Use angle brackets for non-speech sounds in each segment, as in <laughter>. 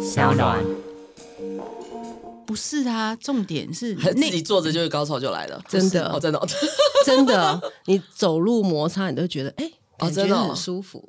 小暖，不是啊，重点是还是 <laughs> 自那己坐着就是高潮就来了，真 <laughs> 的哦，真的哦，真的，你走路摩擦，你都觉得哎，哦感觉真的哦很舒服。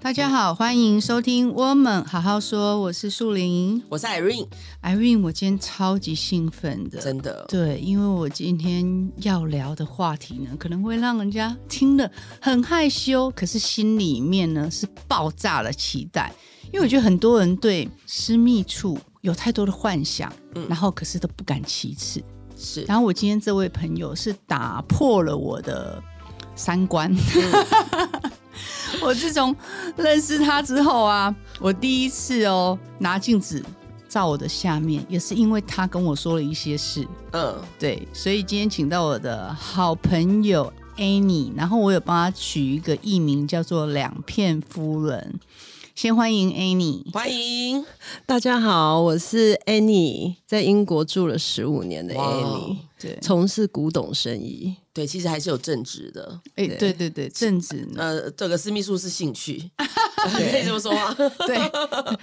大家好，欢迎收听《我们好好说》，我是树林我是 Irene， Irene。我今天超级兴奋的，真的，对，因为我今天要聊的话题呢，可能会让人家听了很害羞，可是心里面呢是爆炸了期待，因为我觉得很多人对私密处有太多的幻想，然后可是都不敢启齿。嗯是然后我今天这位朋友是打破了我的三观。嗯 <laughs> 我自从认识他之后啊，我第一次哦拿镜子照我的下面，也是因为他跟我说了一些事。嗯，对，所以今天请到我的好朋友 Annie，然后我有帮她取一个艺名叫做“两片夫人”。先欢迎 Annie，欢迎大家好，我是 Annie，在英国住了十五年的哇哦 Annie，对，从事古董生意。对，其实还是有正职的，哎、对对对，正直 <laughs> 呢，呃，这个私密处是兴 <laughs> 趣，可以这么说吗？对，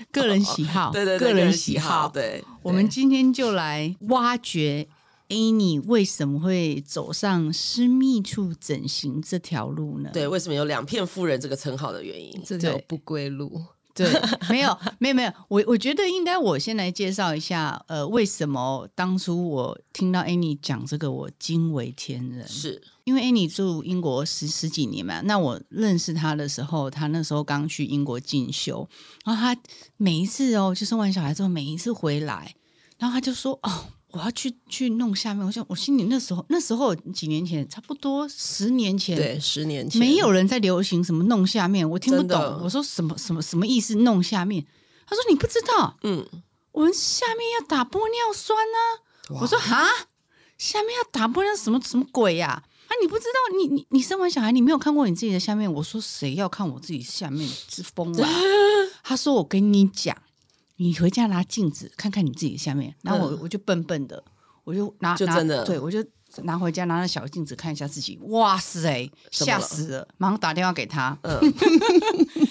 个人喜好，对对个对，人喜好。对，我们今天就来挖掘 Annie 为什么会走上私密处整形这条路呢？对为什么有两片夫人这个称号的原因？这条对不归路。对，没有，没有，没有。我我觉得应该我先来介绍一下，呃，为什么当初我听到 Annie 讲这个，我惊为天人。是因为 Annie 住英国十十几年嘛，那我认识她的时候，她那时候刚去英国进修，然后她每一次哦，就生完小孩之后，每一次回来，然后她就说：“哦，我要去去弄下面。”我想，我心里那时候那时候几年前，差不多十年前，对，十年前没有人在流行什么弄下面，我听不真的懂。我说什么什么什么意思？弄下面？他说你不知道，嗯，我们下面要打玻尿酸啊。哇我说哈，下面要打玻尿什么什么鬼呀、啊？你不知道，你你你生完小孩，你没有看过你自己的下面。我说谁要看我自己下面是疯了啊、 <laughs> 他说我跟你讲，你回家拿镜子看看你自己的下面。然后我、我就笨笨的，我就拿嗯就拿真的对我就拿回家拿那小镜子看一下自己，哇塞，怎么吓了嗯死了！马上打电话给他， <laughs>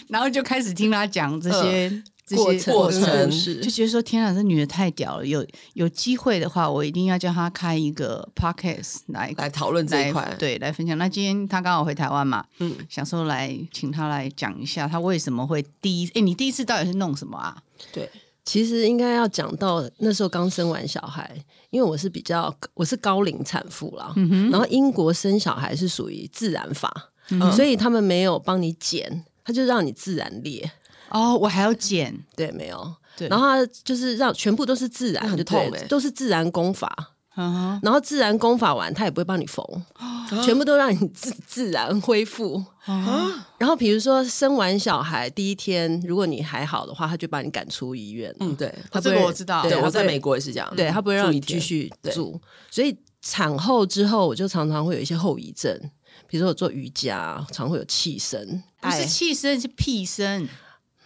然后就开始听他讲这些、这过些嗯程过程故事就觉得说天啊，这女的太屌了！有有机会的话，我一定要叫她开一个 podcast 来来讨论这一块，来，对，来分享。那今天她刚好回台湾嘛，嗯，想说来请她来讲一下，她为什么会第一？哎，你第一次到底是弄什么啊？对，其实应该要讲到那时候刚生完小孩，因为我是比较我是高龄产妇啦，嗯然后英国生小孩是属于自然法，嗯所以他们没有帮你剪，他就让你自然裂，哦，我还要剪，对，没有。对然后他就是让全部都是自然，那很就对了痛欸都是自然功法。嗯哼，然后自然功法完，他也不会帮你缝，哦全部都让你自 <laughs> 自然恢复。嗯然后比如说生完小孩第一天，如果你还好的话，他就把你赶出医院。嗯，对，他不这会个我知道，对，我他在不会美国也是这样，对他不会让住你一天继续对住，所以产后之后，我就常常会有一些后遗症，比如说我做瑜伽，常会有气声，不哎是气声，是屁声，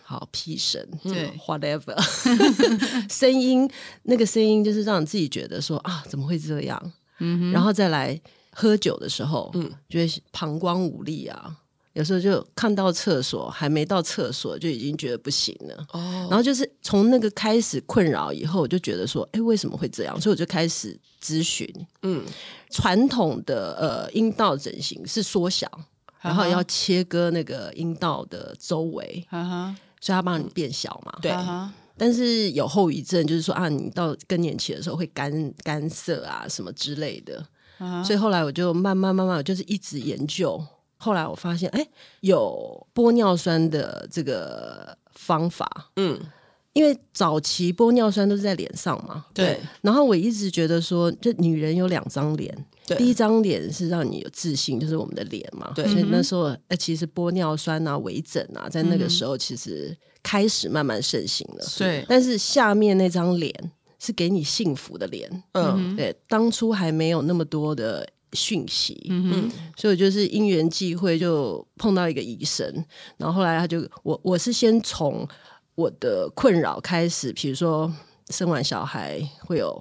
好屁声，对嗯，whatever，声音那个声音就是让你自己觉得说啊，怎么会这样？嗯，然后再来喝酒的时候，嗯，觉得膀胱无力啊，有时候就看到厕所还没到厕所就已经觉得不行了。哦，然后就是从那个开始困扰以后，我就觉得说，哎，为什么会这样？所以我就开始咨询。嗯，传统的呃阴道整形是缩小，然后要切割那个阴道的周围，嗯哼，所以它帮你变小嘛。对，嗯哼，但是有后遗症，就是说啊，你到更年期的时候会干干涩啊什么之类的。嗯所以后来我就慢慢慢慢，我就是一直研究。后来我发现，哎，有玻尿酸的这个方法，嗯，因为早期玻尿酸都是在脸上嘛。对，然后我一直觉得说，就女人有两张脸，对第一张脸是让你有自信，就是我们的脸嘛。对所以那时候，呃，其实玻尿酸啊、微整啊，在那个时候其实开始慢慢盛行了。对，但是下面那张脸是给你幸福的脸，嗯，对，当初还没有那么多的讯息，嗯所以我就是因缘际会就碰到一个医生，然后后来他就我我是先从我的困扰开始，比如说生完小孩会有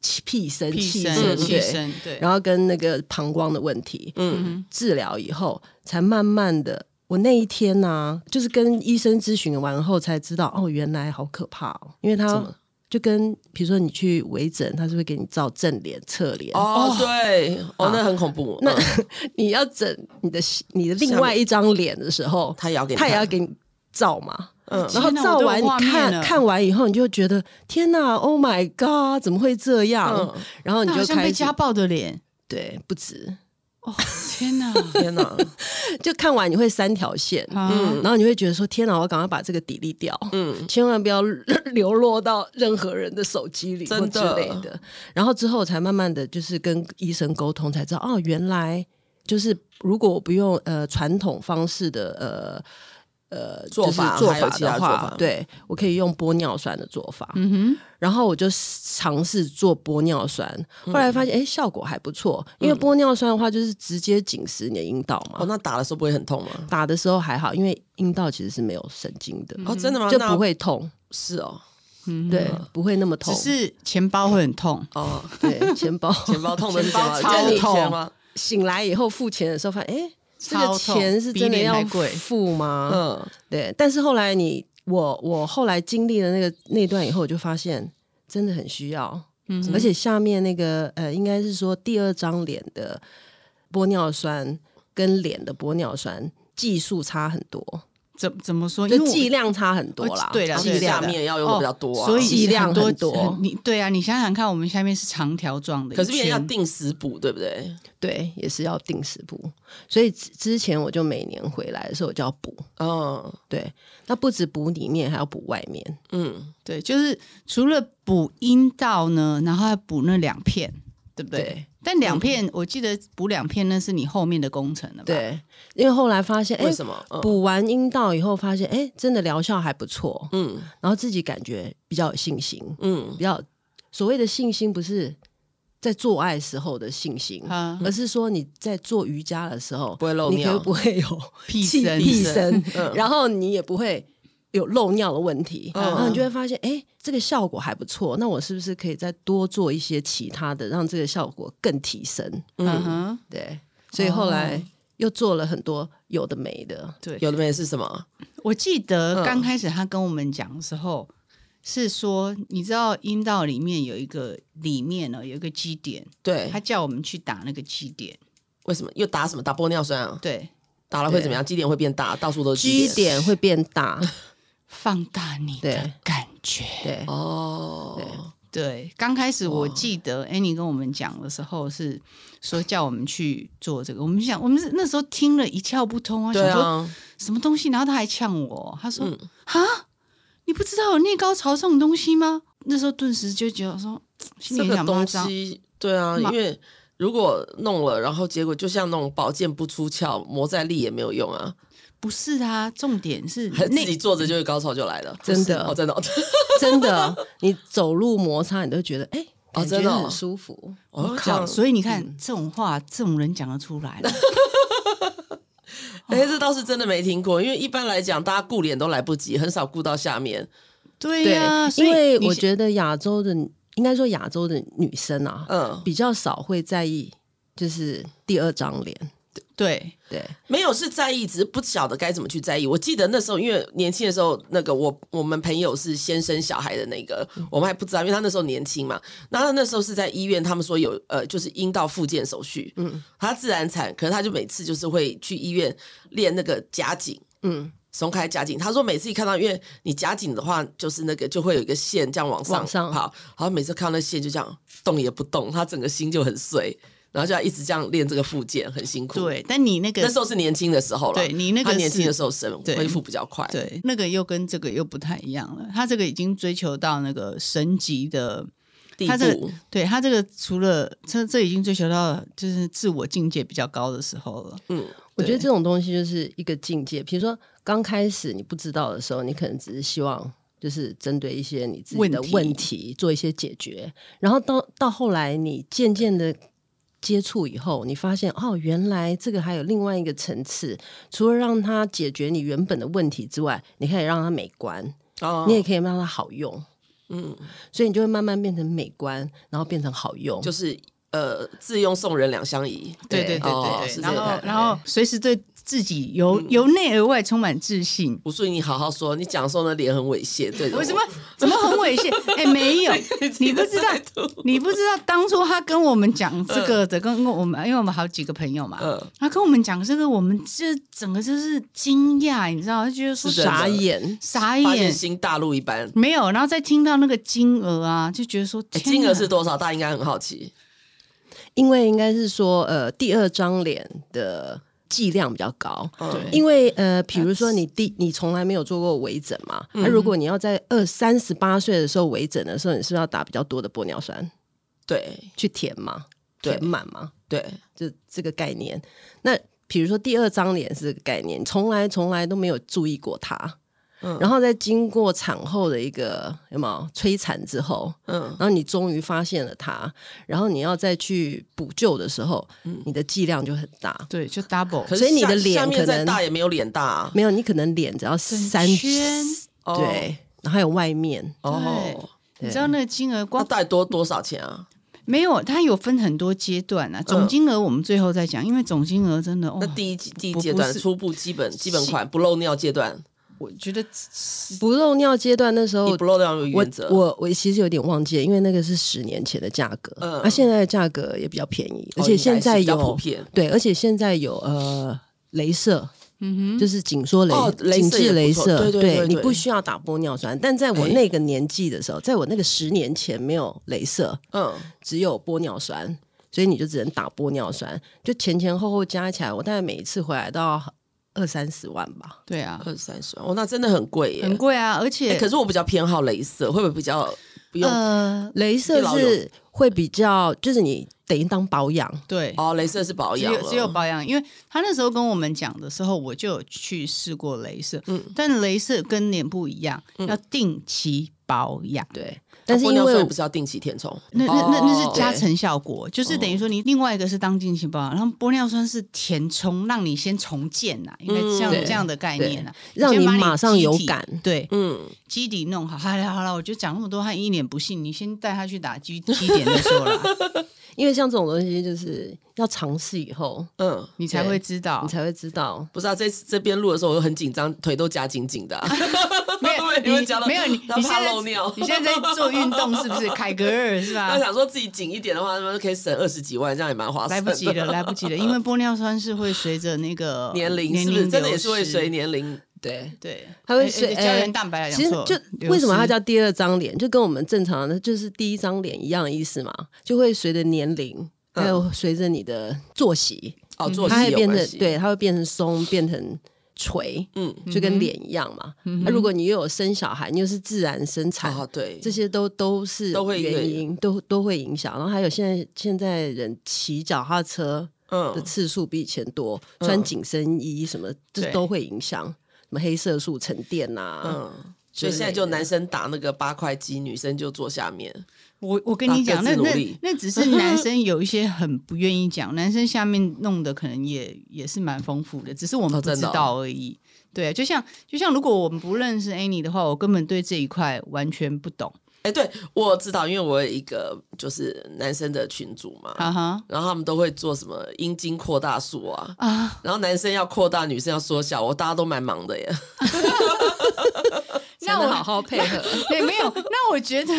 气屁声、屁气声、气对，声，对，然后跟那个膀胱的问题，嗯，治疗以后，才慢慢的，我那一天呢、就是跟医生咨询完后才知道，哦，原来好可怕哦，因为他就跟比如说你去微整，他是会给你照正脸、侧脸，哦，对，哦，那很恐怖。那嗯你要整你的你的另外一张脸的时候，他也要给你他也看要给你照嘛。嗯然后照天哪我都完你有画面看了看完以后，你就觉得天哪，Oh my God，怎么会这样？嗯然后你那好就像开被始家暴的脸，对不止，哦，天哪，天 <laughs> 哪，就看完你会三条线，啊，然后你会觉得说天哪，我要赶快把这个抵力掉，嗯，千万不要 <laughs> 流落到任何人的手机里或真之的类的。然后之后才慢慢的就是跟医生沟通，才知道哦，原来就是如果我不用呃传统方式的呃呃做法就是做还有法其他的做话，法对我可以用玻尿酸的做法。嗯然后我就尝试做玻尿酸，嗯后来发现哎、诶效果还不错，因为玻尿酸的话就是直接紧实你的阴道嘛。哦，那打的时候不会很痛吗？打的时候还好，因为阴道其实是没有神经的，嗯哦，真的吗？就那不会痛，是哦，哼，对，不会那么嗯痛只。是钱包会很痛，哦，对，钱包钱包痛的是钱包怎么超就是以痛前吗？醒来以后付钱的时候，发现哎，诶这超个痛钱是真比的脸还要贵付吗？嗯，对。但是后来你我我后来经历了那个那段以后，我就发现真的很需要，嗯而且下面那个呃，应该是说第二张脸的玻尿酸跟脸的玻尿酸技术差很多，怎怎么说？因就为我剂量差很多啦哦，对啦剂对量下的面要用的比较多啊，所以剂量很多很多很你对啊，你想想看，我们下面是长条状的一可圈，是别人要定时补，对不对？对，也是要定时补。所以之之前我就每年回来的时候我就要补，嗯对，那不止补里面，还要补外面。嗯，对，就是除了补阴道呢，然后还补那两片，对不对？对但两片，我记得补两片那是你后面的工程了吧？，对，因为后来发现，哎为，什么？嗯补完阴道以后发现，哎，真的疗效还不错，嗯然后自己感觉比较有信心，嗯比较所谓的信心不是在做爱时候的信心。啊，而是说你在做瑜伽的时候，不会漏你可尿以不会有屁气声屁声嗯，然后你也不会有漏尿的问题，嗯然后你就会发现，哎，这个效果还不错，那我是不是可以再多做一些其他的，让这个效果更提升？嗯嗯，哼，对，所以后哦来又做了很多有的没的，对。有的没的是什么？我记得嗯刚开始他跟我们讲的时候，是说你知道阴道里面有一个里面呢、有一个基点，对他，叫我们去打那个基点，为什么又打什么？打玻尿酸啊？对，打了会怎么样？基点会变大，到处都是基点。点会变大，放大你的对感觉。对，哦，对，刚开始我记得 Annie 跟我们讲的时候是说叫我们去做这个，我们想我们是那时候听了一窍不通啊，对想说啊，什么东西，然后他还呛我，他说嗯啊、你不知道有内高潮这种东西吗？那时候顿时就觉得说，心这里个想骂东脏，西，对啊，因骂为如果弄了，然后结果就像那种宝剑不出鞘，磨再利也没有用啊。不是啊，重点是还 <laughs> 自那己坐着就会高潮就来了，真的哦，真的哦， <laughs> 真的，你走路摩擦，你都觉得哎。诶哦感觉真的哦很舒服，哦嗯这靠，样所以你看、这种话，这种人讲得出来 <laughs> 了，哎、这倒是真的没听过，因为一般来讲，大家顾脸都来不及，很少顾到下面。对对呀、，所以因为我得觉得亚洲的，应该说亚洲的女生啊，嗯，比较少会在意，就是第二张脸，对，对没有是在意，只是不晓得该怎么去在意。我记得那时候，因为年轻的时候，那个我我们朋友是先生小孩的那个，嗯我们还不知道，因为他那时候年轻嘛。那他那时候是在医院，他们说有呃，就是阴道复健手续，嗯，他自然产，可是他就每次就是会去医院练那个夹紧，嗯嗯。松开夹紧，他说每次一看到，因为你夹紧的话，就是那个就会有一个线这样往上往上跑，然后每次看到那线就这样动也不动，他整个心就很碎，然后就要一直这样练这个复健，很辛苦。对，但你那个那时候是年轻的时候了，对你那个他年轻是的时候生对恢复比较快，对，那个又跟这个又不太一样了。他这个已经追求到那个神级的，地他这步嗯个对他这个除了这这已经追求到就是自我境界比较高的时候了。嗯，我觉对得这种东西就是一个境界。比如说刚开始你不知道的时候，你可能只是希望就是针对一些你自己的问题问题做一些解决，然后到到后来你渐渐的。接触以后，你发现哦，原来这个还有另外一个层次。除了让它解决你原本的问题之外，你可以让它美观，哦你也可以让它好用。嗯，所以你就会慢慢变成美观，然后变成好用，就是呃，自用送人两相宜。对对对哦对是对，这然个后感觉然后随时对自己由嗯由内而外充满自信。吴素英，你好好说，你讲的时候呢脸很猥亵，对着我为什么？怎么很猥亵？哎、没 <laughs> 有，你不知道，你不知道当初他跟我们讲这个的，跟我们，因为我们好几个朋友嘛，嗯他跟我们讲这个，我们这整个就是惊讶，你知道，就觉得说是真的傻眼。傻发现眼，新大陆一般。没有，然后再听到那个金额啊，就觉得说哎天金额哪是多少？大家应该很好奇。因为应该是说，呃，第二张脸的剂量比较高，对嗯因为呃，比如说你第你从来没有做过微整嘛，嗯那、如果你要在二三十八岁的时候微整的时候，你是不是要打比较多的玻尿酸对去填嘛，对填满嘛，对，就这个概念。那比如说第二张脸是这个概念，从来从来都没有注意过它。嗯然后在经过产后的一个有没有摧残之后，嗯然后你终于发现了它，然后你要再去补救的时候，嗯你的剂量就很大。对，就 double 可所以你下的脸下面可再能大也没有脸大啊。没有，你可能脸只要三圈，哦对，然后还有外面，哦，你知道那个金额那光大概多多少钱啊？没有，它有分很多阶段啊，总金额我们最后再讲，因为总金额真的哦嗯那，第一第一不阶不段是初步基本基本款不漏尿阶段，我觉得不漏尿阶段那时候哦你不漏尿有我原则。我我其实有点忘记了，因为那个是十年前的价格，那、嗯现在的价格也比较便宜，而哦且应该现在是比较有、普遍对，而且现在有呃，镭射。嗯哼，就是紧缩哦镭，镭射紧致也镭不错射，对对对你对哎不需要打玻尿酸。但在我那个年纪的时候，在我那个十年前没有镭射，嗯，只有玻尿酸，所以你就只能打玻尿酸。就前前后后加起来，我大概每一次回来都要二三十万吧。对啊，二三十万，哦，那真的很贵耶。很贵啊，而且、欸可是我比较偏好镭射，会不会比较不用？呃，镭射老友是会比较，就是你等于当保养，对，哦，镭射是保只养了，有只有保养，因为他那时候跟我们讲的时候，我就有去试过镭射，嗯，但镭射跟脸不一样，嗯要定期保养。对，但是啊玻因尿为酸不是要定期填充，那那那那是加哦成效果，就是等于说你另外一个是当定期保养，然后玻尿酸是填充，让你先重建呐、应该这样、嗯对这样的概念呐、对让先你把马上基有底感对，嗯，基底弄好。好了好了，我就讲那么多，他一脸不信，你先带他去打基基点再说啦， <laughs> 因为像这种东西，就是要尝试以后，嗯。你才会知道你。才会知道。不是啊，这次这边录的时候我就很紧张，腿都夹紧紧 <laughs> 的、啊。 <laughs> 没有因为夹到没有 <laughs> 你，然你后现怕在漏尿你现在在做运动是 <laughs> 不是？凯格尔是吧那？想说自己紧一点的话，他们可以省二十几万，这样也蛮划来算不的。及 <laughs> 了，来不及了，因为玻尿酸是会随着那个年龄年是不龄是真的也流是会失随年龄？对，对，它会哎随哎呃胶原蛋白来讲其实错就流为什么它失叫第二张脸，就跟我们正常的就是第一张脸一样的意思嘛，就会随着年龄，还有随着你的作息，嗯哦，嗯作它息会有变关成系。，对，它会变成松，变成垂，嗯，就跟脸一样嘛。那、如果你又有生小孩，你又是自然生产，哦，对，这些都都是都会原因，都都会影响。然后还有现在现在人骑脚踏车的嗯，次数比以前多，穿紧身衣什么，这对都会影响。什么黑色素沉淀呐、嗯，所以现在就男生打那个八块肌，女生就坐下面。我我跟那你讲，各那自努那力那只是男 <laughs> 生有一些很不愿意讲，男生下面弄的可能也也是蛮丰富的，只是我们哦不真知的哦道而已。对，啊就像就像如果我们不认识 Annie 的话，我根本对这一块完全不懂。哎、对我知道，因为我有一个就是男生的群组嘛，啊哈然后他们都会做什么阴茎扩大术啊，啊！然后男生要扩大，女生要缩小，我大家都蛮忙的耶。那我好配合。 <laughs> 对没有，那我觉得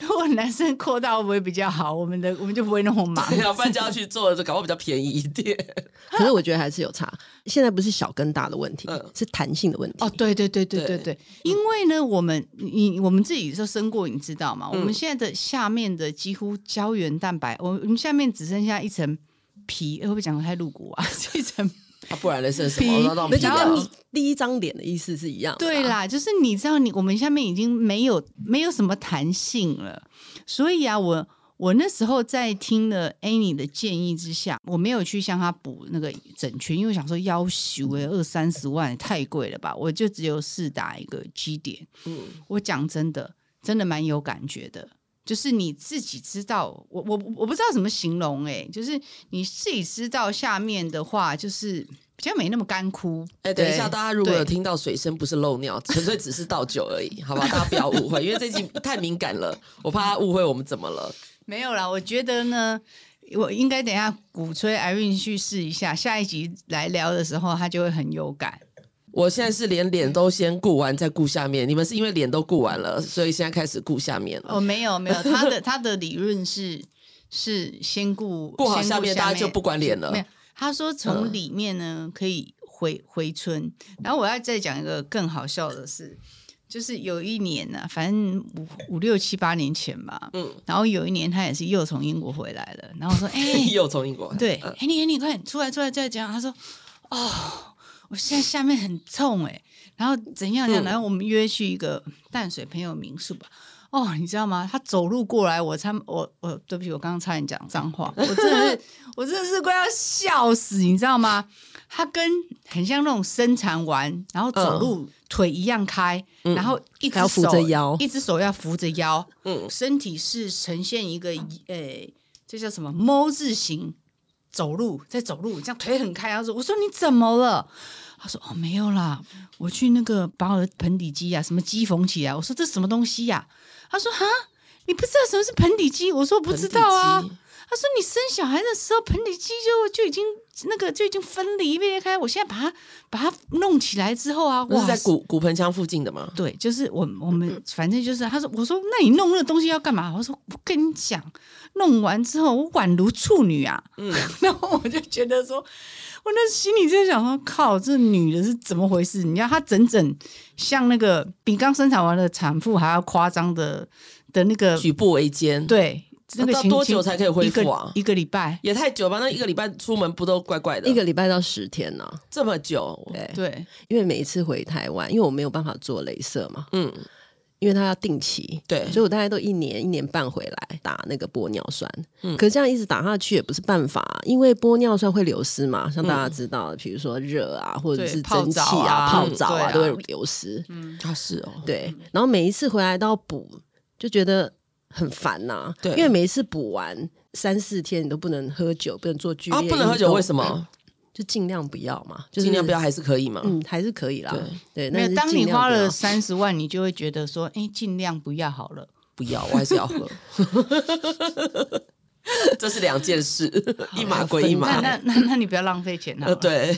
如果男生扩大会不会比较好？我们的我们就不会那么忙。要不然就要去做，就搞不好比较便宜一点。 <laughs> 可是我觉得还是有差。现在不是小跟大的问题，嗯是弹性的问题。哦，对对对对对对，因为呢，我们你我们自己就生过，你知道吗？我们现在的下面的几乎胶原蛋白，我我们下面只剩下一层皮，呃会不会讲的太露骨啊？ <laughs> 这一层 <laughs> 啊、不然人生什皮么？那让我那们就讲跟你第一张脸的意思是一啊样的。对啦，就是你知道你，我们下面已经没有没有什么弹性了，所以啊，我我那时候在听了 Annie 的建议之下，我没有去向她补那个整群，因为我想说要求诶二三十万也太贵了吧，我就只有试打一个 G 点。嗯我讲真的，真的蛮有感觉的。就是你自己知道，我欸我我不知道怎么形容哎、就是你自己知道下面的话，就是比比较没那么干枯。哎，等一对下，大家如果有对听到水声，不是漏尿，纯粹只是倒酒而已，好吧？大家不要误会，因为这集太敏感了，我怕他误会我们怎么了。没有啦，我觉得呢，我应该等一下鼓吹 Irene 去试一下，下一集来聊的时候，他就会很有感。我现在是连脸都先顾完，再顾下面。你们是因为脸都顾完了，所以现在开始顾下面了。哦，没有没有，他 <laughs> 的他的理论是是先顾顾好先下面，大家面就不嗯管脸了 <laughs> 没。有，他说从里面呢、可以回回春。然后我要再讲一个更好笑的事，就是有一年呢、反正五五六七八年前吧，嗯嗯，然后有一年他也是又从英国回来了，然后我 <laughs> 说，哎、又从英国，呃对，哎、你哎你快点出来出来再讲。他说，哦，我现在下面很痛哎、然后怎样怎嗯样，然后我们约去一个淡水朋友民宿吧。哦，你知道吗？他走路过来，我差我我对不起，我刚刚差点讲脏话，我真 <laughs> 的是我真的是快要笑死，你知道吗？他跟很像那种生产完，然后走路、腿一样开，然后一只嗯还要扶着手腰一只手要扶着腰，嗯身体是呈现一个呃、这叫什么猫字形走路，在走路，这样腿很开。他说：“我说你怎么了？”他说：“哦，没有啦，我去那个把我的盆底肌啊，什么肌缝起来。”我说：“这什么东西呀、他说：“哈，你不知道什么是盆底肌？”我说：“我不知道啊。”盆底肌他说：“你生小孩的时候，盆底肌就就已经那个就已经分离裂开，我现在把它把它弄起来之后啊，那哇是在骨骨盆腔附近的吗？对，就是我们我嗯们反正就是他说，我说那你弄那个东西要干嘛？我说我跟你讲，弄完之后我宛如处女啊。嗯， <laughs> 然后我就觉得说，我那心里就想说，靠，这女的是怎么回事？你看她整整像那个比刚生产完的产妇还要夸张的的那个，举步维艰，，对，那个到情多形久才可以恢复啊一个一个礼拜。也太久吧？那一个礼拜出门不都怪怪的？一个礼拜到十天呢、这么久，对，对，因为每一次回台湾，因为我没有办法做镭射嘛，嗯，因为它要定期，对所以我大概都一年一年半回来打那个玻尿酸。可是这样一直打下去也不是办法，啊因为玻尿酸会流失嘛，像大家知道的，比如说热啊，或者对是泡蒸汽澡啊啊、泡澡对啊都会流失。啊是哦，对，然后每一次回来都要补，就觉得很烦呐、对因为每一次补完三四天，你都不能喝酒，不能做剧烈、啊不能喝酒，为什？嗯么？就尽量不要嘛，就是尽量不要，还是可以嘛？嗯，还是可以啦。对，没那有。当你花了三十万，你就会觉得说，哎，尽量不要好 <laughs> 了。不要，我还是要喝。 <laughs> 这是两件事，一码归一那码。那那那你不要浪费钱好啊呃，了。对，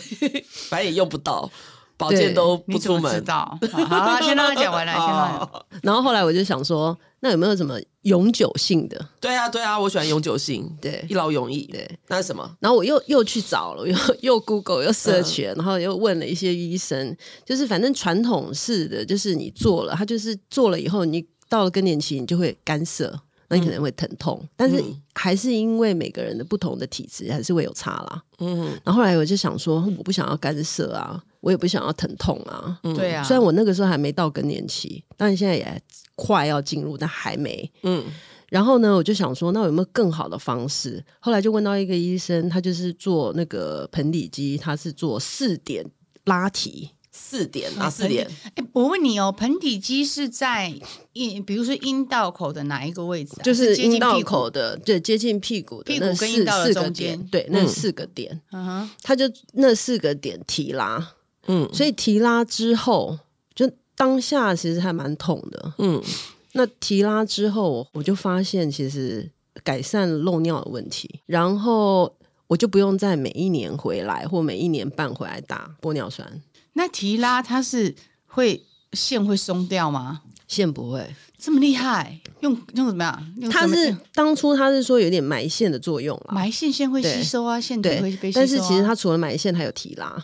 反正也用不到，保健都不你怎出么知门。道？ <laughs> 好，好了，先让他讲完了， <laughs> 先让他讲。哦，然后后来我就想说，那有没有什么永久性的？对啊，对啊，我喜欢永久性，对一劳永逸。对，那是什么？然后我又又去找了，又又 Google 又嗯 search，、然后又问了一些医生，就是反正传统式的，就是你做了，它就是做了以后，你到了更年期，你就会干涩，那嗯你可能会疼痛，但是还是因为每个人的不同的体质，还是会有差啦。嗯，然后后来我就想说，我不想要干涩啊，我也不想要疼痛啊。对啊，虽然我那个时候还没到更年期，但现在也快要进入，但还没。嗯，然后呢，我就想说，那有没有更好的方式？后来就问到一个医生，他就是做那个盆底肌，他是做四点拉提，四点啊，四点哎，我问你哦，盆底肌是在阴，比如说阴道口的哪一个位置啊？就是接近阴道屁股口。的，对，接近屁股的屁股那跟四阴道的四个中间点，对，那四个点，嗯哼，他就那四个点提拉，嗯所以提拉之后，就当下其实还蛮痛的，嗯，那提拉之后，我就发现其实改善漏尿的问题，然后我就不用再每一年回来或每一年半回来打玻尿酸，那提拉它是会线会松掉吗？线不会。这么厉害，用用怎么样？用它怎么是当初它是说有点埋线的作用啦，埋线线会吸收啊，线体对会被吸收啊。但是其实它除了埋线还有提拉，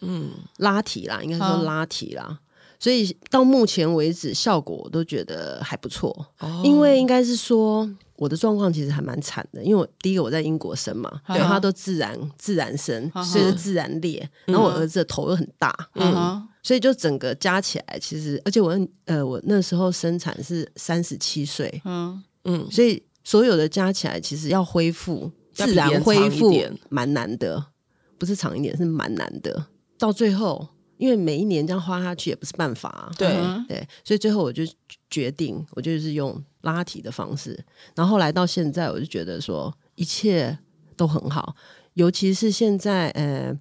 嗯，拉提啦，应该说啊拉提啦。所以到目前为止，效果我都觉得还不错。哦因为应该是说我的状况其实还蛮惨的，因为我第一个我在英国生嘛，对然后他都自然自然生，啊哈所以就自然裂，嗯然后我儿子的头又很大，嗯哼，所以就整个加起来，其实而且我呃我那时候生产是三十七岁，嗯，嗯，所以所有的加起来其实要恢复要自比别人然恢长一复点蛮难的，不是长一点是蛮难的，到最后。因为每一年这样花下去也不是办法、啊，对嗯对，所以最后我就决定，我就是用拉提的方式。然后后来到现在，我就觉得说一切都很好，尤其是现在呃，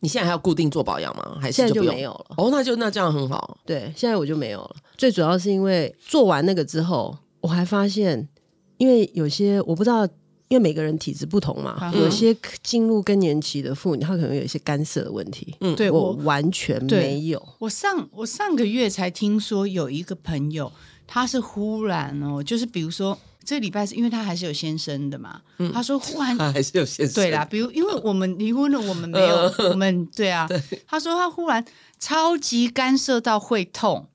你现在还要固定做保养吗？还是现在不就用没有了。哦，那就那这样很好。 <laughs> 对，现在我就没有了。最主要是因为做完那个之后，我还发现，因为有些我不知道，因为每个人体质不同嘛，嗯有些进入更年期的妇女，她可能有一些干涉的问题。嗯对我我完全对没有。我上我上个月才听说有一个朋友，他是忽然哦，就是比如说这礼拜是因为他还是有先生的嘛，他说忽 <laughs> 然啊，还是有先生对啦，，比如因为我们离婚了，我们没 <laughs> 有，我们对啊。他说他忽然超级干涉到会痛，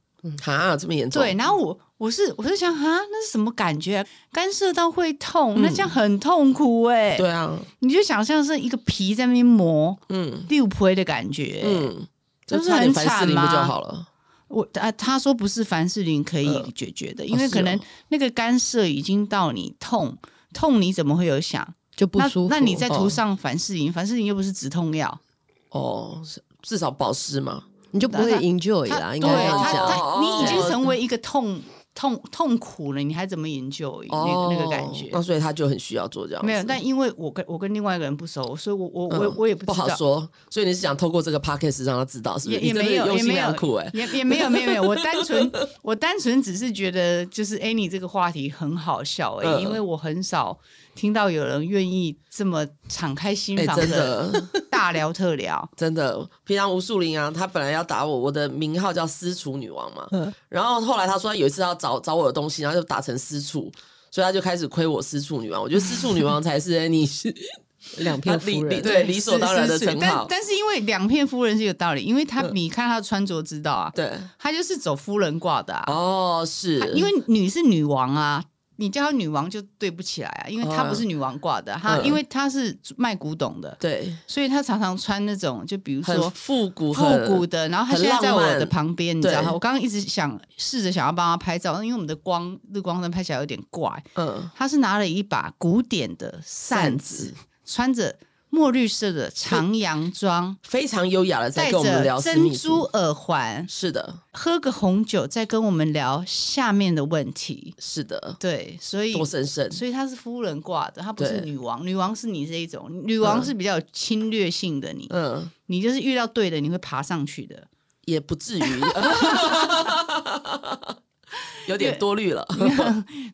哈，这么严重？对。，然后我我是我是想啊，那是什么感觉、啊？干涉到会痛，那这样很痛苦哎、对啊，你就想象是一个皮在那边磨嗯六婆的感觉、嗯，就不是擦点很凡士惨林不就吗好了？我啊，他说不是凡士林可以嗯解决的，因为是可能哦那个干涉已经到你痛。痛你怎么会有想？就不那舒服。那你再涂哦上凡士林，凡士林又不是止痛药，哦，是至少保湿嘛。你就不会那他 enjoy 他啦，对应该这样他哦讲。他，你已经成为一个痛痛痛苦了，你还怎么研究那哦，个那个感觉？那所以他就很需要做这样子。没有，但因为我跟我跟另外一个人不熟，所以我我嗯我我也不不知好道，说，所以你是想透过这个 podcast 让他知道，是不也是？也你真的没有用也心没良苦有哎。也也没有没有没有，我单纯我单纯只是觉得就是哎，你这个话题很好笑哎、嗯因为我很少听到有人愿意这么敞开心哎，房真的的，大聊特聊，真的，平常吴树林啊，他本来要打我，我的名号叫私厨女王嘛。嗯然后后来他说他有一次要找找我的东西，然后就打成私处，所以他就开始亏我私处女王。我觉得私处女王才是哎你是两片他理夫人理 <laughs> 对理所是当然是的是称但号但是因为两片夫人是有道理，因为他嗯你看他的穿着知道啊， <laughs> 对他就是走夫人挂的啊。哦是她，因为女是女王啊，你叫她女王就对不起来啊，因为她哦不是女王挂的，她、嗯因为她是卖古董的，对所以她常常穿那种就比如很说。复古复很古的，然后她很现在在我浪漫的旁边，你知道对吗？我刚刚一直想试着想要帮她拍照，因为我们的光日光灯拍起来有点怪。嗯她是拿了一把古典的扇扇子子，穿着墨绿色的长洋装，非常优雅的在戴跟我们聊着私珍密珠处耳环，是的喝个红酒，再跟我们聊下面的问题。是的对，所以多神圣所以她是夫人挂的，她不是对女王。女王是你这一种，女王是比较有侵略性的你，嗯你就是遇到对的，你会爬上去的。也不 <laughs> 至于有点多虑了，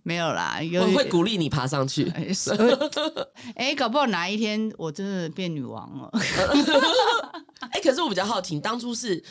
没有啦，有 <laughs> 我会鼓励你爬上去。哎是呃 <laughs> 哎，搞不好哪一天我真的变女王了。哎、可是我比较好奇，你当初是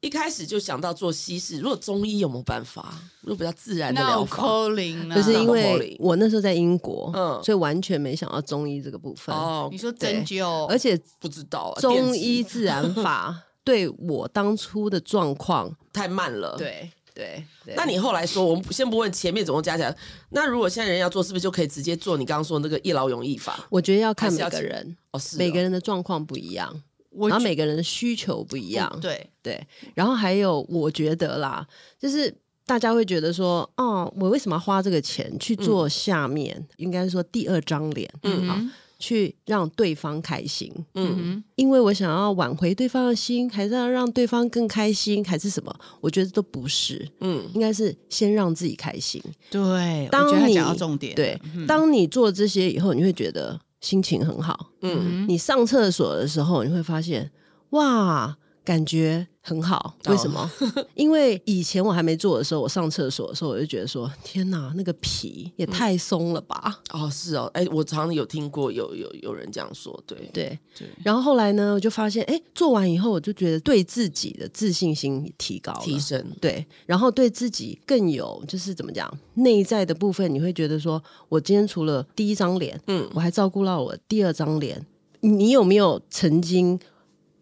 一开始就想到做西式，如果中医有没有办法？如果比较自然的疗那我啊法？扣零了，就是因脑为里我那时候在英国，嗯所以完全没想到中医这个部分。哦你，说针灸，而且不知道、啊，电中击医自然法对我当初的状况，太慢了。。对对对那你后来说，我们先不问前面总共加起来，那如果现在人要做，是不是就可以直接做你刚刚说的那个一劳永逸法？我觉得要看还每是要个请人，哦，是哦每个人的状况不一样，我然后觉每个人的需求不一样，对对。然后还有，我觉得啦，就是大家会觉得说，哦，我为什么要花这个钱去做下面，应该说第二张脸，嗯，好，去让对方开心，嗯，因为我想要挽回对方的心，还是要让对方更开心，还是什么？我觉得都不是，嗯，应该是先让自己开心。对，我当觉得他你讲到重点，嗯对，嗯当你做这些以后，你会觉得心情很好。嗯，你上厕所的时候，你会发现，哇，感觉很好。哦为 <laughs> 什么？因为以前我还没做的时候，我上厕所的时候，我就觉得说，天哪，那个皮也太嗯松了吧。哦，是哦，哎、我常常有听过有有有人这样说，对，对对，然后后来呢，我就发现，哎，做完以后，我就觉得对自己的自信心提高了，提升，对，然后对自己更有就是怎么讲内在的部分，你会觉得说，我今天除了第一张脸，嗯我还照顾到我第二张脸。你你有没有曾经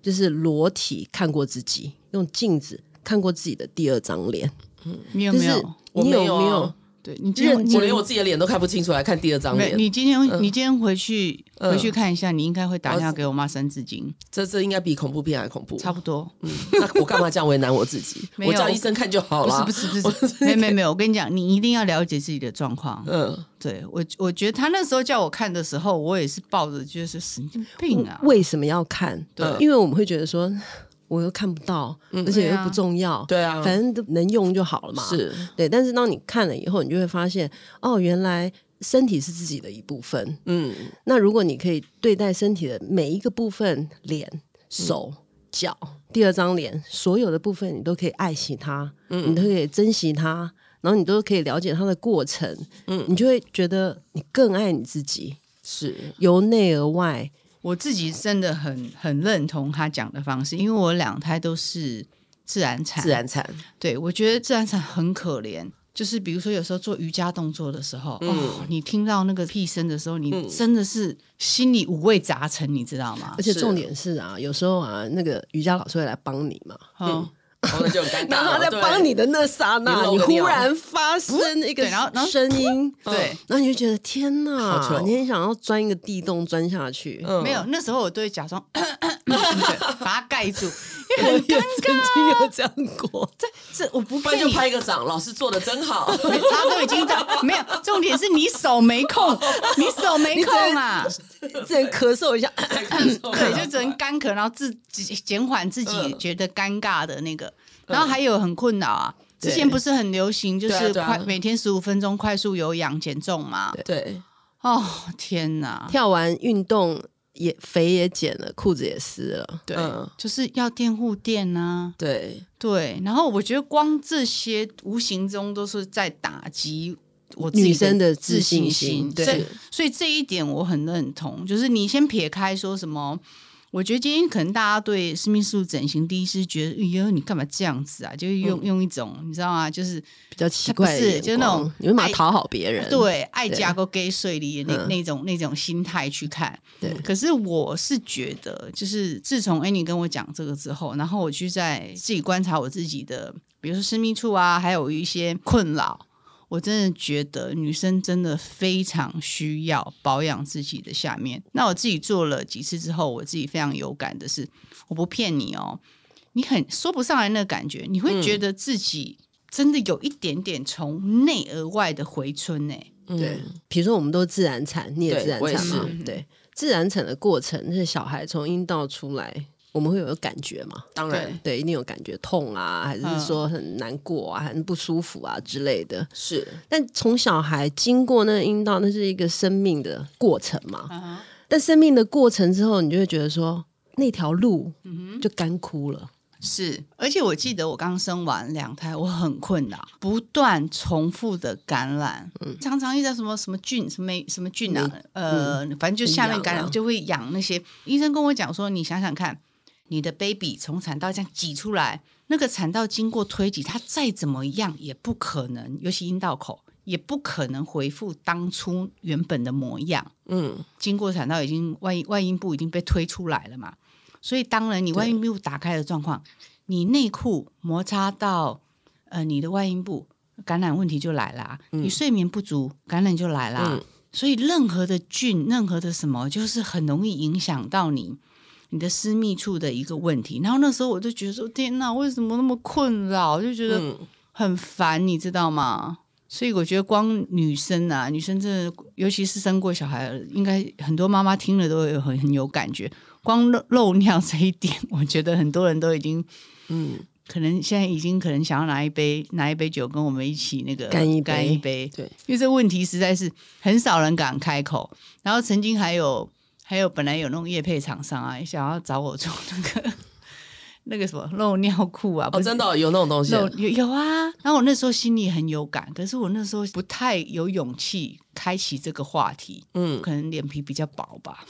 就是裸体看过自己，用镜子看过自己的第二张脸？你有就没是有？我你有没有啊没对你今认天我连我自己的脸都看不清楚，还看第二张没，脸，你今天、嗯你今天回去、嗯回去看一下，你应该会打电话给我妈三字经，这这应该比恐怖片还恐怖，差不多。 <laughs> 那我干嘛这样为难我自己？没有我叫医生看就好不是了。不是不是，没没没有，我跟你讲，你一定要了解自己的状况。嗯，对我我觉得他那时候叫我看的时候，我也是抱着就是神经病啊，为什么要看？嗯对嗯因为我们会觉得说，我又看不到，而且又不重要，对啊反正都能用就好了嘛。是对，但是当你看了以后，你就会发现，哦，原来身体是自己的一部分。嗯，那如果你可以对待身体的每一个部分，脸、手、脚，第二张脸，所有的部分你都可以爱惜它，嗯你都可以珍惜它，然后你都可以了解它的过程，嗯，你就会觉得你更爱你自己，是由内而外，我自己真的很很认同他讲的方式，因为我两胎都是自然产，自然产，对我觉得自然产很可怜。就是比如说，有时候做瑜伽动作的时候，嗯哦，你听到那个屁声的时候，你真的是心里五味杂陈，你知道吗而？且重点是啊，有时候啊，那个瑜伽老师会来帮你嘛，嗯，然哦后就很尴尬 <laughs> 然后了，他在对帮你的那刹那，你你漏个尿忽然发生一个对然后然后声音，对，然后你就觉得天好哪，糗你很想要钻一个地洞钻下去。嗯没有，那时候我都会假装 <laughs> 对把它盖住，因我为也很尴曾经有这样 <laughs> 过，这我不不然骗就你，拍一个掌，老师做的真好。他都已经在没有，重点是你手没空，你手没空啊，只能咳嗽一下。 <laughs> 对，就只能干咳，然后自己减缓自己嗯觉得尴尬的那个，然后还有很困扰啊。之前不是很流行，就对啊是对啊快每天十五分钟快速有氧减重嘛？对，哦天哪， <laughs> 跳完运动也肥也减了，裤子也湿了。对嗯，就是要垫护垫啊，对，对。然后我觉得光这些无形中都是在打击我自己女生的自自信心所心，，以对，所以这一点我很认同，就是你先撇开说什么。我觉得今天可能大家对私密处整形第一是觉得，哎呦，你干嘛这样子啊？就是嗯用、用一种你知道吗？就是比较奇怪的不是眼就是那光种你会马爱讨好别人。对爱加个给水里的那、嗯那种那种心态去看。对可是我是觉得，就是自从 Annie 跟我讲这个之后，然后我去在自己观察我自己的，比如说私密处啊，还有一些困扰。我真的觉得女生真的非常需要保养自己的下面。那我自己做了几次之后，我自己非常有感的是，我不骗你哦，你很说不上来那个感觉，你会觉得自己真的有一点点从内而外的回春呢、欸嗯对，比如说我们都自然产，你也对自然我也产嘛是，嗯对，自然产的过程是小孩从阴道出来，我们会有感觉嘛？当然对对，一定有感觉痛啊，还嗯是说很难过啊，很不舒服啊之类的。是但从小孩经过那个阴道，那是一个生命的过程嘛。但生命的过程之后，你就会觉得说那条路就干枯了。是，而且我记得我刚生完两胎，我很困扰，嗯不断重复的感染，常常一直在什么什么菌、什么什么菌啊，呃，反正就下面感很痒染啊就会痒那些。医生跟我讲说，你想想看，你的 baby 从产道这样挤出来，那个产道经过推挤，它再怎么样也不可能，尤其阴道口也不可能恢复当初原本的模样。嗯，经过产道已经外外阴部已经被推出来了嘛，所以当然你外阴部打开的状况，你内裤摩擦到呃你的外阴部，感染问题就来啦。你睡眠不足，感染就来啦。嗯所以任何的菌，任何的什么，就是很容易影响到你你的私密处的一个问题。然后那时候我就觉得说，天哪，为什么那么困扰？就觉得嗯很烦，你知道吗？所以我觉得光女生啊，女生真的，尤其是生过小孩，应该很多妈妈听了都会很很有感觉。光漏漏尿这一点，我觉得很多人都已经，嗯，可能现在已经可能想要拿一杯拿一杯酒跟我们一起那个干一杯干一杯，对，因为这问题实在是很少人敢开口。然后曾经还有还有本来有那种业配厂商啊，想要找我做那个 <laughs> 那个什么漏尿裤啊，不哦，是真的哦有那种东西，有有有啊，然后我那时候心里很有感，可是我那时候不太有勇气开启这个话题，嗯可能脸皮比较薄吧。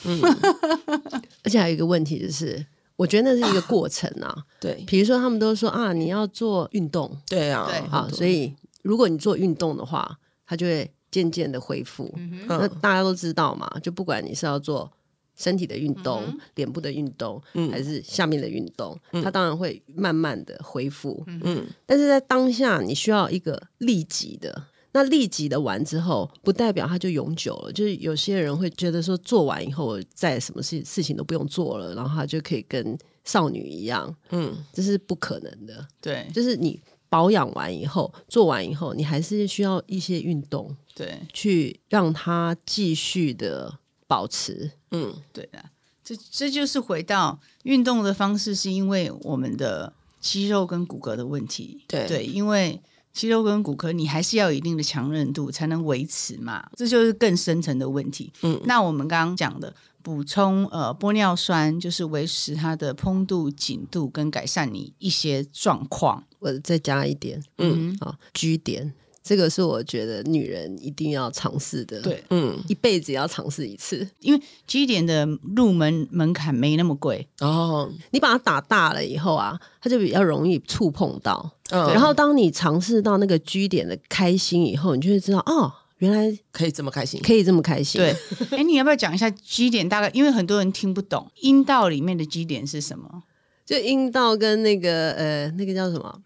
而且还有一个问题就是，我觉得那是一个过程啊。对比如说，他们都说啊，你要做运动对啊，对啊，所以如果你做运动的话，它就会渐渐的恢复。那嗯大家都知道嘛，就不管你是要做身体的运动、脸部的运动，还是下面的运动，它当然会慢慢的恢复。嗯，但是在当下，你需要一个立即的。那立即的完之后，不代表它就永久了。就是有些人会觉得说，做完以后，我再什么事事情都不用做了，然后他就可以跟少女一样，嗯，这是不可能的。对就是你保养完以后，做完以后，你还是需要一些运动，对去让它继续的保持。嗯，对的，这这就是回到运动的方式，是因为我们的肌肉跟骨骼的问题。对对，因为肌肉跟骨骼，你还是要有一定的强韧度才能维持嘛，这就是更深层的问题。嗯那我们刚刚讲的。补充呃玻尿酸，就是维持它的膨度、紧度跟改善你一些状况。我再加一点嗯，啊，G 点，这个是我觉得女人一定要尝试的，对，嗯，一辈子要尝试一次。因为 G 点的入门门槛没那么贵，哦，你把它打大了以后啊，它就比较容易触碰到。嗯，然后当你尝试到那个 G 点的开心以后，你就会知道哦，原来可以这么开 <laughs> 心，可以这么开心。对，，哎，你要不要讲一下 G 点大概？因为很多人听不懂阴道里面的 G 点是什么？就阴道跟那个呃那个叫什么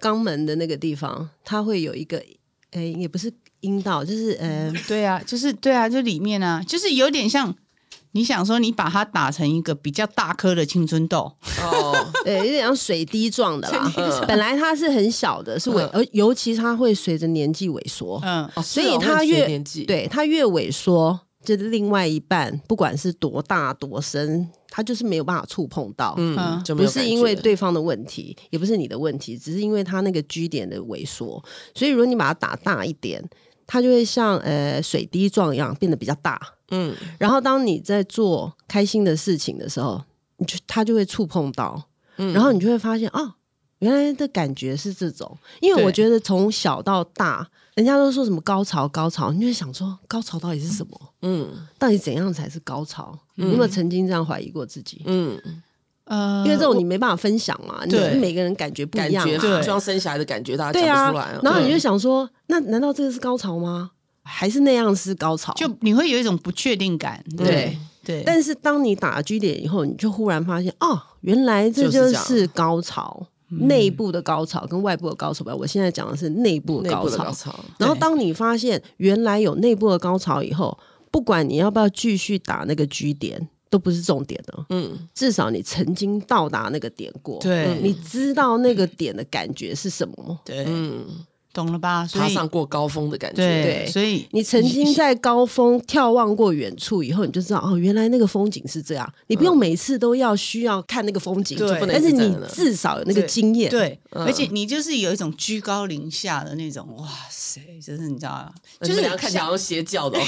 肛门的那个地方，它会有一个呃也不是阴道，就是呃 <laughs> 对啊，就是对啊，就里面啊，就是有点像你想说你把它打成一个比较大颗的青春 <laughs> 痘，哦，呃有点像水滴状的啦。嗯本来它是很小的，是萎，嗯而尤其它会随着年纪萎缩，嗯，哦是所以哦会它随越年纪，对它越萎缩，就是另外一半不管是多大多深，它就是没有办法触碰到。嗯，嗯就没不有是感因为觉，对方的问题，也不是你的问题，只是因为它那个 G 点的萎缩，所以如果你把它打大一点，它就会像呃水滴状一样变得比较大。嗯，然后当你在做开心的事情的时候，你就它就会触碰到，嗯然后你就会发现哦，原来的感觉是这种。因为对我觉得从小到大，人家都说什么高潮高潮，你就会想说高潮到底是什么？嗯到底怎样才是高潮？你有没有曾经这样怀疑过自己？嗯，呃，因为这种你没办法分享嘛，你对每个人感觉不感一样觉嘛，对就像生小孩的感觉，大家对讲啊不出来，。然后你就嗯想说，那难道这个是高潮吗？还是那样是高潮？就你会有一种不确定感，对对对，但是当你打了 G 点以后，你就忽然发现，哦，原来这就是就这嗯是高潮，内部的高潮跟外部的高潮吧。我现在讲的是内部的内高部的潮。高潮，然后对当你发现原来有内部的高潮以后，不管你要不要继续打那个 G 点，都不是重点的。嗯，至少你曾经到达那个点过，对嗯你知道那个点的感觉是什么。对，嗯，懂了吧？所爬以上过高峰的感觉，对，对所以你曾经在高峰眺望过远处以后，你就知道哦，原来那个风景是这样。你不用每次都要需要看那个风景，对就不能但是一直站你在那至少有那个经验。对，而且你就是有一种居高临下的那种，哇塞，就是你知道吗？就呃就是是看起来好像邪教 <laughs> 的、哦，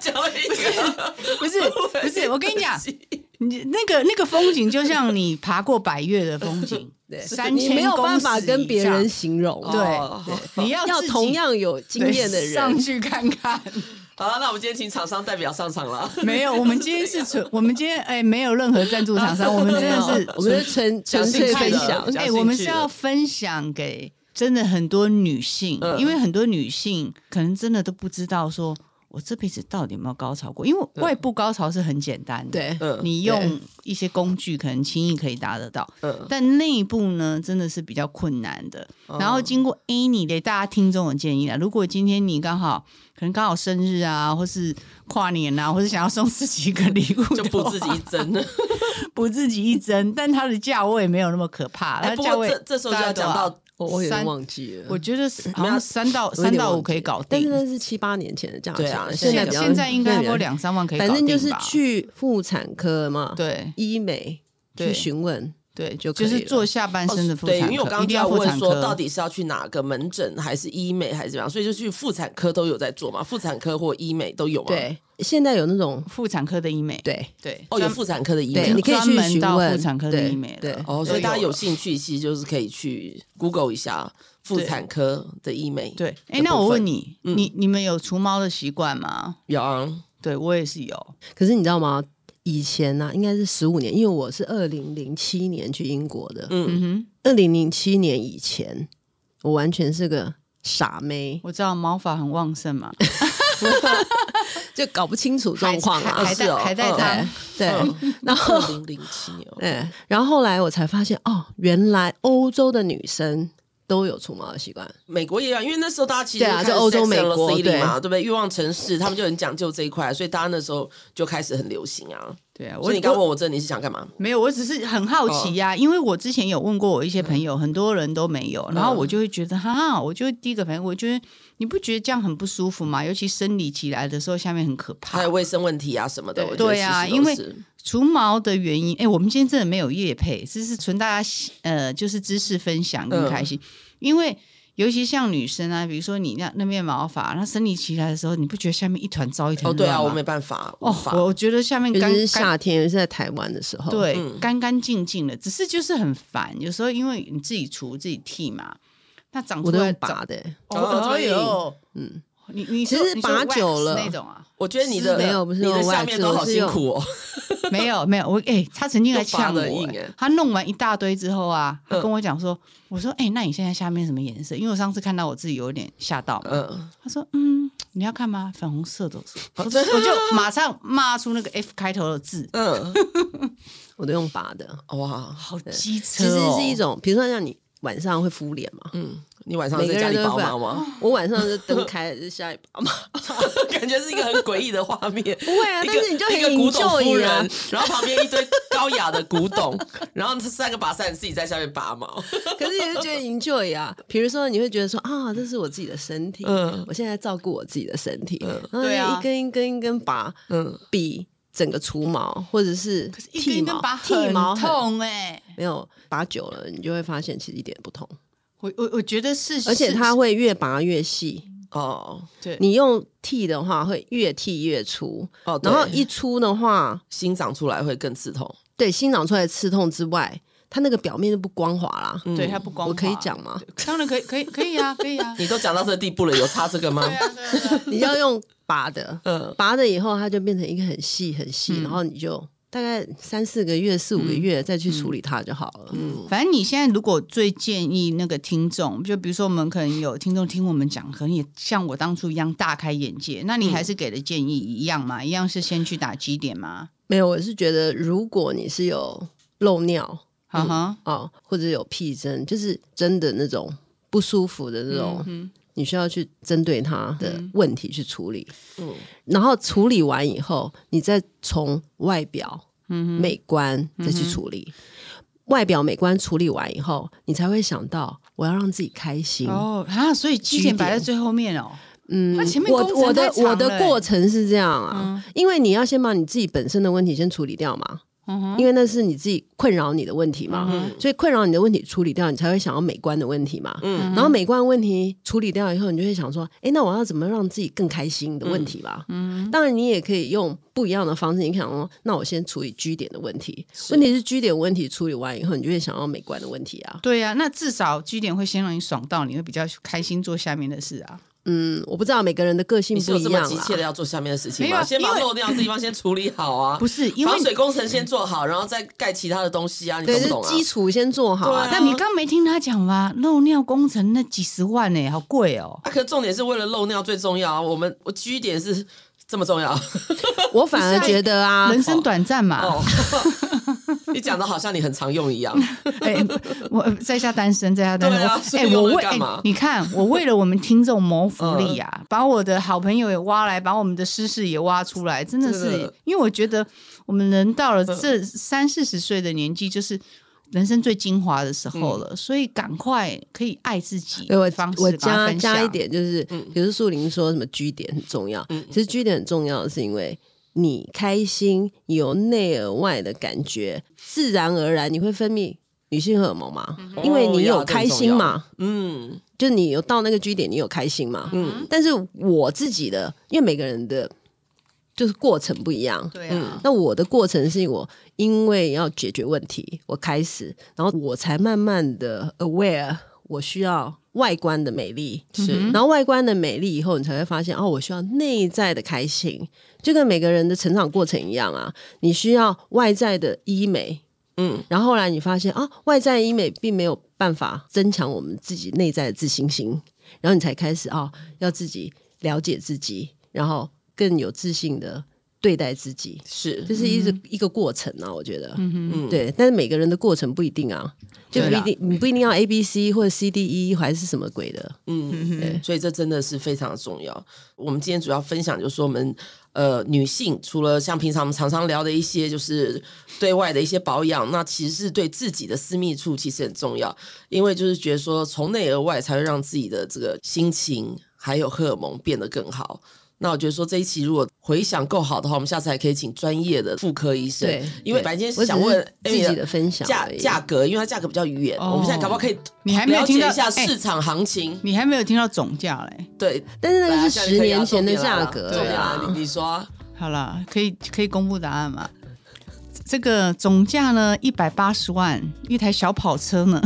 讲一个，不 <laughs> 是不是，我跟你讲你那个那个风景就像你爬过百越的风 <laughs> 景，三你千没有办公法尺跟以别上人形容，对哦好你要要自己同样有经验的对上人。去看看。好啊了，那我们今天请厂商代表上场 <laughs> 了。没有，我们今天是 <laughs> 纯，我们今天哎 <laughs> 没有任何赞助厂商，我们真的是哦我们是纯讲纯兴趣粹的分享，讲哎、兴趣我们是的要分享给真的很多女性，嗯因为很多女性可能真的都不知道说。我这辈子到底有没有高潮过？因为外部高潮是很简单的，对嗯你用一些工具可能轻易可以达得到，嗯，但内部呢真的是比较困难的。哦然后经过 Annie 给大家听众的建议啦，如果今天你刚好可能刚好生日啊，或是跨年啊，或是想要送自己一个礼物，就补自己一针。 <laughs> 补自己一针，但它的价位没有那么可怕，它哎，的不价过位这这时候就要讲大概多少。到，哦嗯我我有点三忘记了我。觉得是好没有像三到我有三点到忘五记可以搞但是定，那是七八年前的价钱，对啊现在现比较现在应该差不多对两三万可以搞反定吧，正就是去妇产科嘛，对医美对去询问，对，就就可以是了做下半身的妇哦对，产科，因为我刚一刚就定要要妇问产说，科到底是要去哪个门诊，还是医美，还是怎么样？所以就去妇产科都有在做嘛，妇产科或医美都有嘛。，对，现在有那种妇产科的医美，对对哦，有妇产科的医对，美你。可以专去门询到问妇产科的对医美了对，哦，所以大家对有兴趣，其实就是可以去 Google 一下妇产科的医美。对。哎，那我问你，你，你你们有除毛的习惯吗？有啊，对我也是有，可是你知道吗？以前啊呢、应该是十五年，因为我是二零零七年去英国的。嗯哼，二零零七年以前，我完全是个傻妹，我知道毛发很旺盛 <laughs> 嘛，就搞不清楚状还况还啊。还是哦在还在嗯当，对，然后二零零七年哦，对，然后后来我才发现，哦，原来欧洲的女生都有除毛的习惯。美国也有，因为那时候大家其实对啊开始就欧洲 Sex and 美国 the City 对嘛，对不对？欲望城市他们就很讲究这一块，所以大家那时候就开始很流行啊。对啊，所我以你刚哦我问我这，你是想干嘛？没有，我只是很好奇呀、因为我之前有问过我一些朋友，很多人都没有，然后嗯我就会觉得哈，我就会第一个朋友，我觉得你不觉得这样很不舒服吗？尤其生理起来的时候，下面很可怕还。有卫生问题啊什么的，对我觉得对啊其实都是因除毛的原因，哎，我们今天真嗯的没有叶配，这是纯大家呃，就是知识分享跟开心，因为尤其像女生啊，比如说你那那面毛发，那生理期来的时候，你不觉得下面一团糟一团哦，对乱啊，嗯我吗没办法，无哦，法。我我觉得下面尤干其是嗯干夏天，尤其是在台湾的时候，，对，干干净净的，只是就是很烦。有时候因为你自己除自己剃嘛，那长出我都来用长拔的、欸哦哦所以哟，嗯，你你其说实你说拔 wax 久了那种啊，我觉得你的是没有不是你的用下 wax，面都好我是辛用苦哦。 <laughs> 没有没有，我哎、他曾经来呛我、又拔得欸硬哎哎他弄完一大堆之后啊，嗯他跟我讲说，我说哎、那你现在下面什么颜色？因为我上次看到我自己有点吓到嘛，嗯，他说嗯，你要看吗？粉红 <laughs> 色的，我就我就马上骂出那个 F 开头的字，嗯，我都用拔的。 <laughs> 哇，好机其车、实哦，是一种，比如说像你晚上会敷脸嘛，嗯，你晚上每个在家人里都会拔敷毛脸 <laughs> 吗？ <laughs> 我晚上就灯开了，就下一把嘛。感觉是一个很诡异的画面。 <laughs> 不 <laughs> 会啊，一但个是你就很一个古董夫 enjoy 啊人。，然后旁边一堆高雅的古董，然后这三个拔扇自己在下面拔毛，可是你就觉得 enjoy 啊，比如说你会觉得说啊，这是我自己的身体，嗯我现在照顾我自己的身体，然对啊后一根一根一根拔，嗯，比整个除毛或者是可是一根剃一根毛拔，剃毛很痛哎、没有拔久了，你就会发现其实一点不同，我我我觉得是，而且是它会越拔越细。哦对你用剃的话，会越剃越粗，哦，对然后一粗的话，新长出来会更刺痛，对新长出来的刺痛之外，它那个表面就不光滑啦。对嗯它不光滑，我可以讲吗？当然可以，可以，可以啊，可以 <laughs> 啊，你都讲到这地步了，有擦这个吗？对啊，对啊，对啊你要用拔的，嗯，拔了以后，它就变成一个很细很细，然后你就大概三四个月、四五个月再去处理它就好了。嗯，反正你现在如果最建议那个听众，就比如说我们可能有听众听我们讲，可能也像我当初一样大开眼界，那你还是给的建议一样嘛？一样是先去打基点吗？没有，我是觉得如果你是有漏尿哈哈，哦，或者有屁针，就是真的那种不舒服的那种，嗯你需要去针嗯对它的问题去处理。嗯嗯，然后处理完以后，你再从外表、美观再去处理。外表美观处理完以后，你才会想到我要让自己开心。哦啊，所以基点摆在最后面哦，嗯，那前面我工程我太的长我的了过欸，程是这样啊，因为你要先把你自己本身的问题先处理掉嘛，嗯因为那是你自己困扰你的问题嘛，所以困扰你的问题处理掉，你才会想要美观的问题嘛，嗯然后美观问题处理掉以后，你就会想说，哎，那我要怎么让自己更开心的问题吧？嗯当然你也可以用不一样的方式，你想说，那我先处理 G 点的问题，问题是 G 点问题处理完以后，你就会想要美观的问题啊。对啊，那至少基点会先让你爽到，你会比较开心做下面的事啊。嗯，我不知道每个人的个性你是不有一这么样啊急啦切的。要做下面的事情没有吗？啊先把因为漏尿这地方先处理好啊，不是因为防水工程先做好，然后再盖其他的东西啊，你对，懂不就懂是啊？基础先做好啊对啊，但你刚没听他讲吗？漏尿工程那几十万呢、好贵哦、啊，可重点是为了漏尿最重要啊，我们我居点是这么重要我反而觉得啊，人生短暂嘛，哦。你讲的好像你很常用一样， <laughs> 哎、我呃在下单身，在下单身，对啊我所哎、以我用了为、干哎嘛嗯你看，我为了我们听众谋福利啊，把我的好朋友也挖来，把我们的私事也挖出来，真的是，真的因为我觉得我们人到了这嗯三四十岁的年纪，就是。人生最精华的时候嗯了，所以赶快可以爱自己对我的方式我把它加分享嗯加一，点，就是比如说树林说什么居点很重要，其实居点很重要，是因为你开心由内而外的感觉，自然而然你会分泌女性荷尔蒙嘛，嗯因为你有开心嘛，嗯，就你有到那个居点，你有开心嘛，嗯。但是我自己的，因为每个人的就是过程不一样，对啊，那我的过程是我因为要解决问题，我开始，然后我才慢慢的 aware 我需要外观的美丽，是，然后外观的美丽以后，你才会发现哦，我需要内在的开心，就跟每个人的成长过程一样啊，你需要外在的医美。嗯，然后后来你发现啊，外在医美并没有办法增强我们自己内在的自信心，然后你才开始啊、要自己了解自己，然后更有自信的对待自己，是就是一个、一个过程啊，我觉得，嗯对，但是每个人的过程不一定啊，就不对一啦定，你不一定要 A B C 或者 C D E 还是什么鬼的，嗯，所以这真的是非常重要。我们今天主要分享就是说我们呃女性除了像平常我们常常聊的一些就是对外的一些保养，那其实是对自己的私密处其实很重要，因为就是觉得说从内而外才会让自己的这个心情还有荷尔蒙变得更好。那我觉得说这一期如果回想够好的话，我们下次还可以请专业的妇科医生对，因为白今我天只想问是自己 Amy 的分享价而已价格，因为它价格比较远，哦我们现在搞不好可以你还没有了解听到一下哎市场行情。你还没有听到总价嘞？对，但是那来个啊是这样十可以啊年前的重点来价了格重点来了啊，你你说啊 <laughs> 好了，可以可以公布答案吗？这个总价呢，一百八十万，一台小跑车 <laughs> 呢。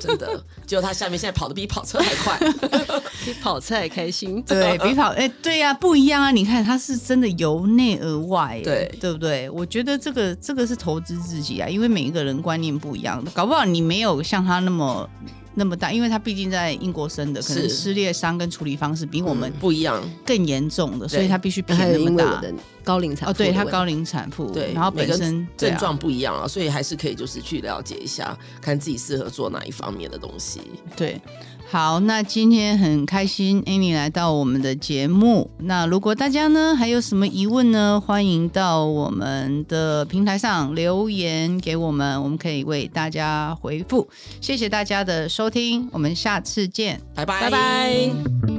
真的，结果他下面现在跑得比跑车还快。比跑菜开 <laughs> 心。对比跑，哎、对呀、不一样啊！你看，它是真的由内而外，对对不对？我觉得这个这个是投资自己啊，因为每一个人观念不一样，搞不好你没有像他那么那么大，因为他毕竟在英国生的，可能是撕裂伤跟处理方式比我们 <laughs> 不一样，更严重的，所以他必须偏嗯还有那因么为我大。的高龄产妇哦，的问对题，他高龄产妇，对，然后每本个身对症啊状不一样啊，所以还是可以就是去了解一下，看自己适合做哪一方面的东西。对，好，那今天很开心 Annie 来到我们的节目。那如果大家呢还有什么疑问呢，欢迎到我们的平台上留言给我们，我们可以为大家回复。谢谢大家的收听，我们下次见。拜拜，拜拜。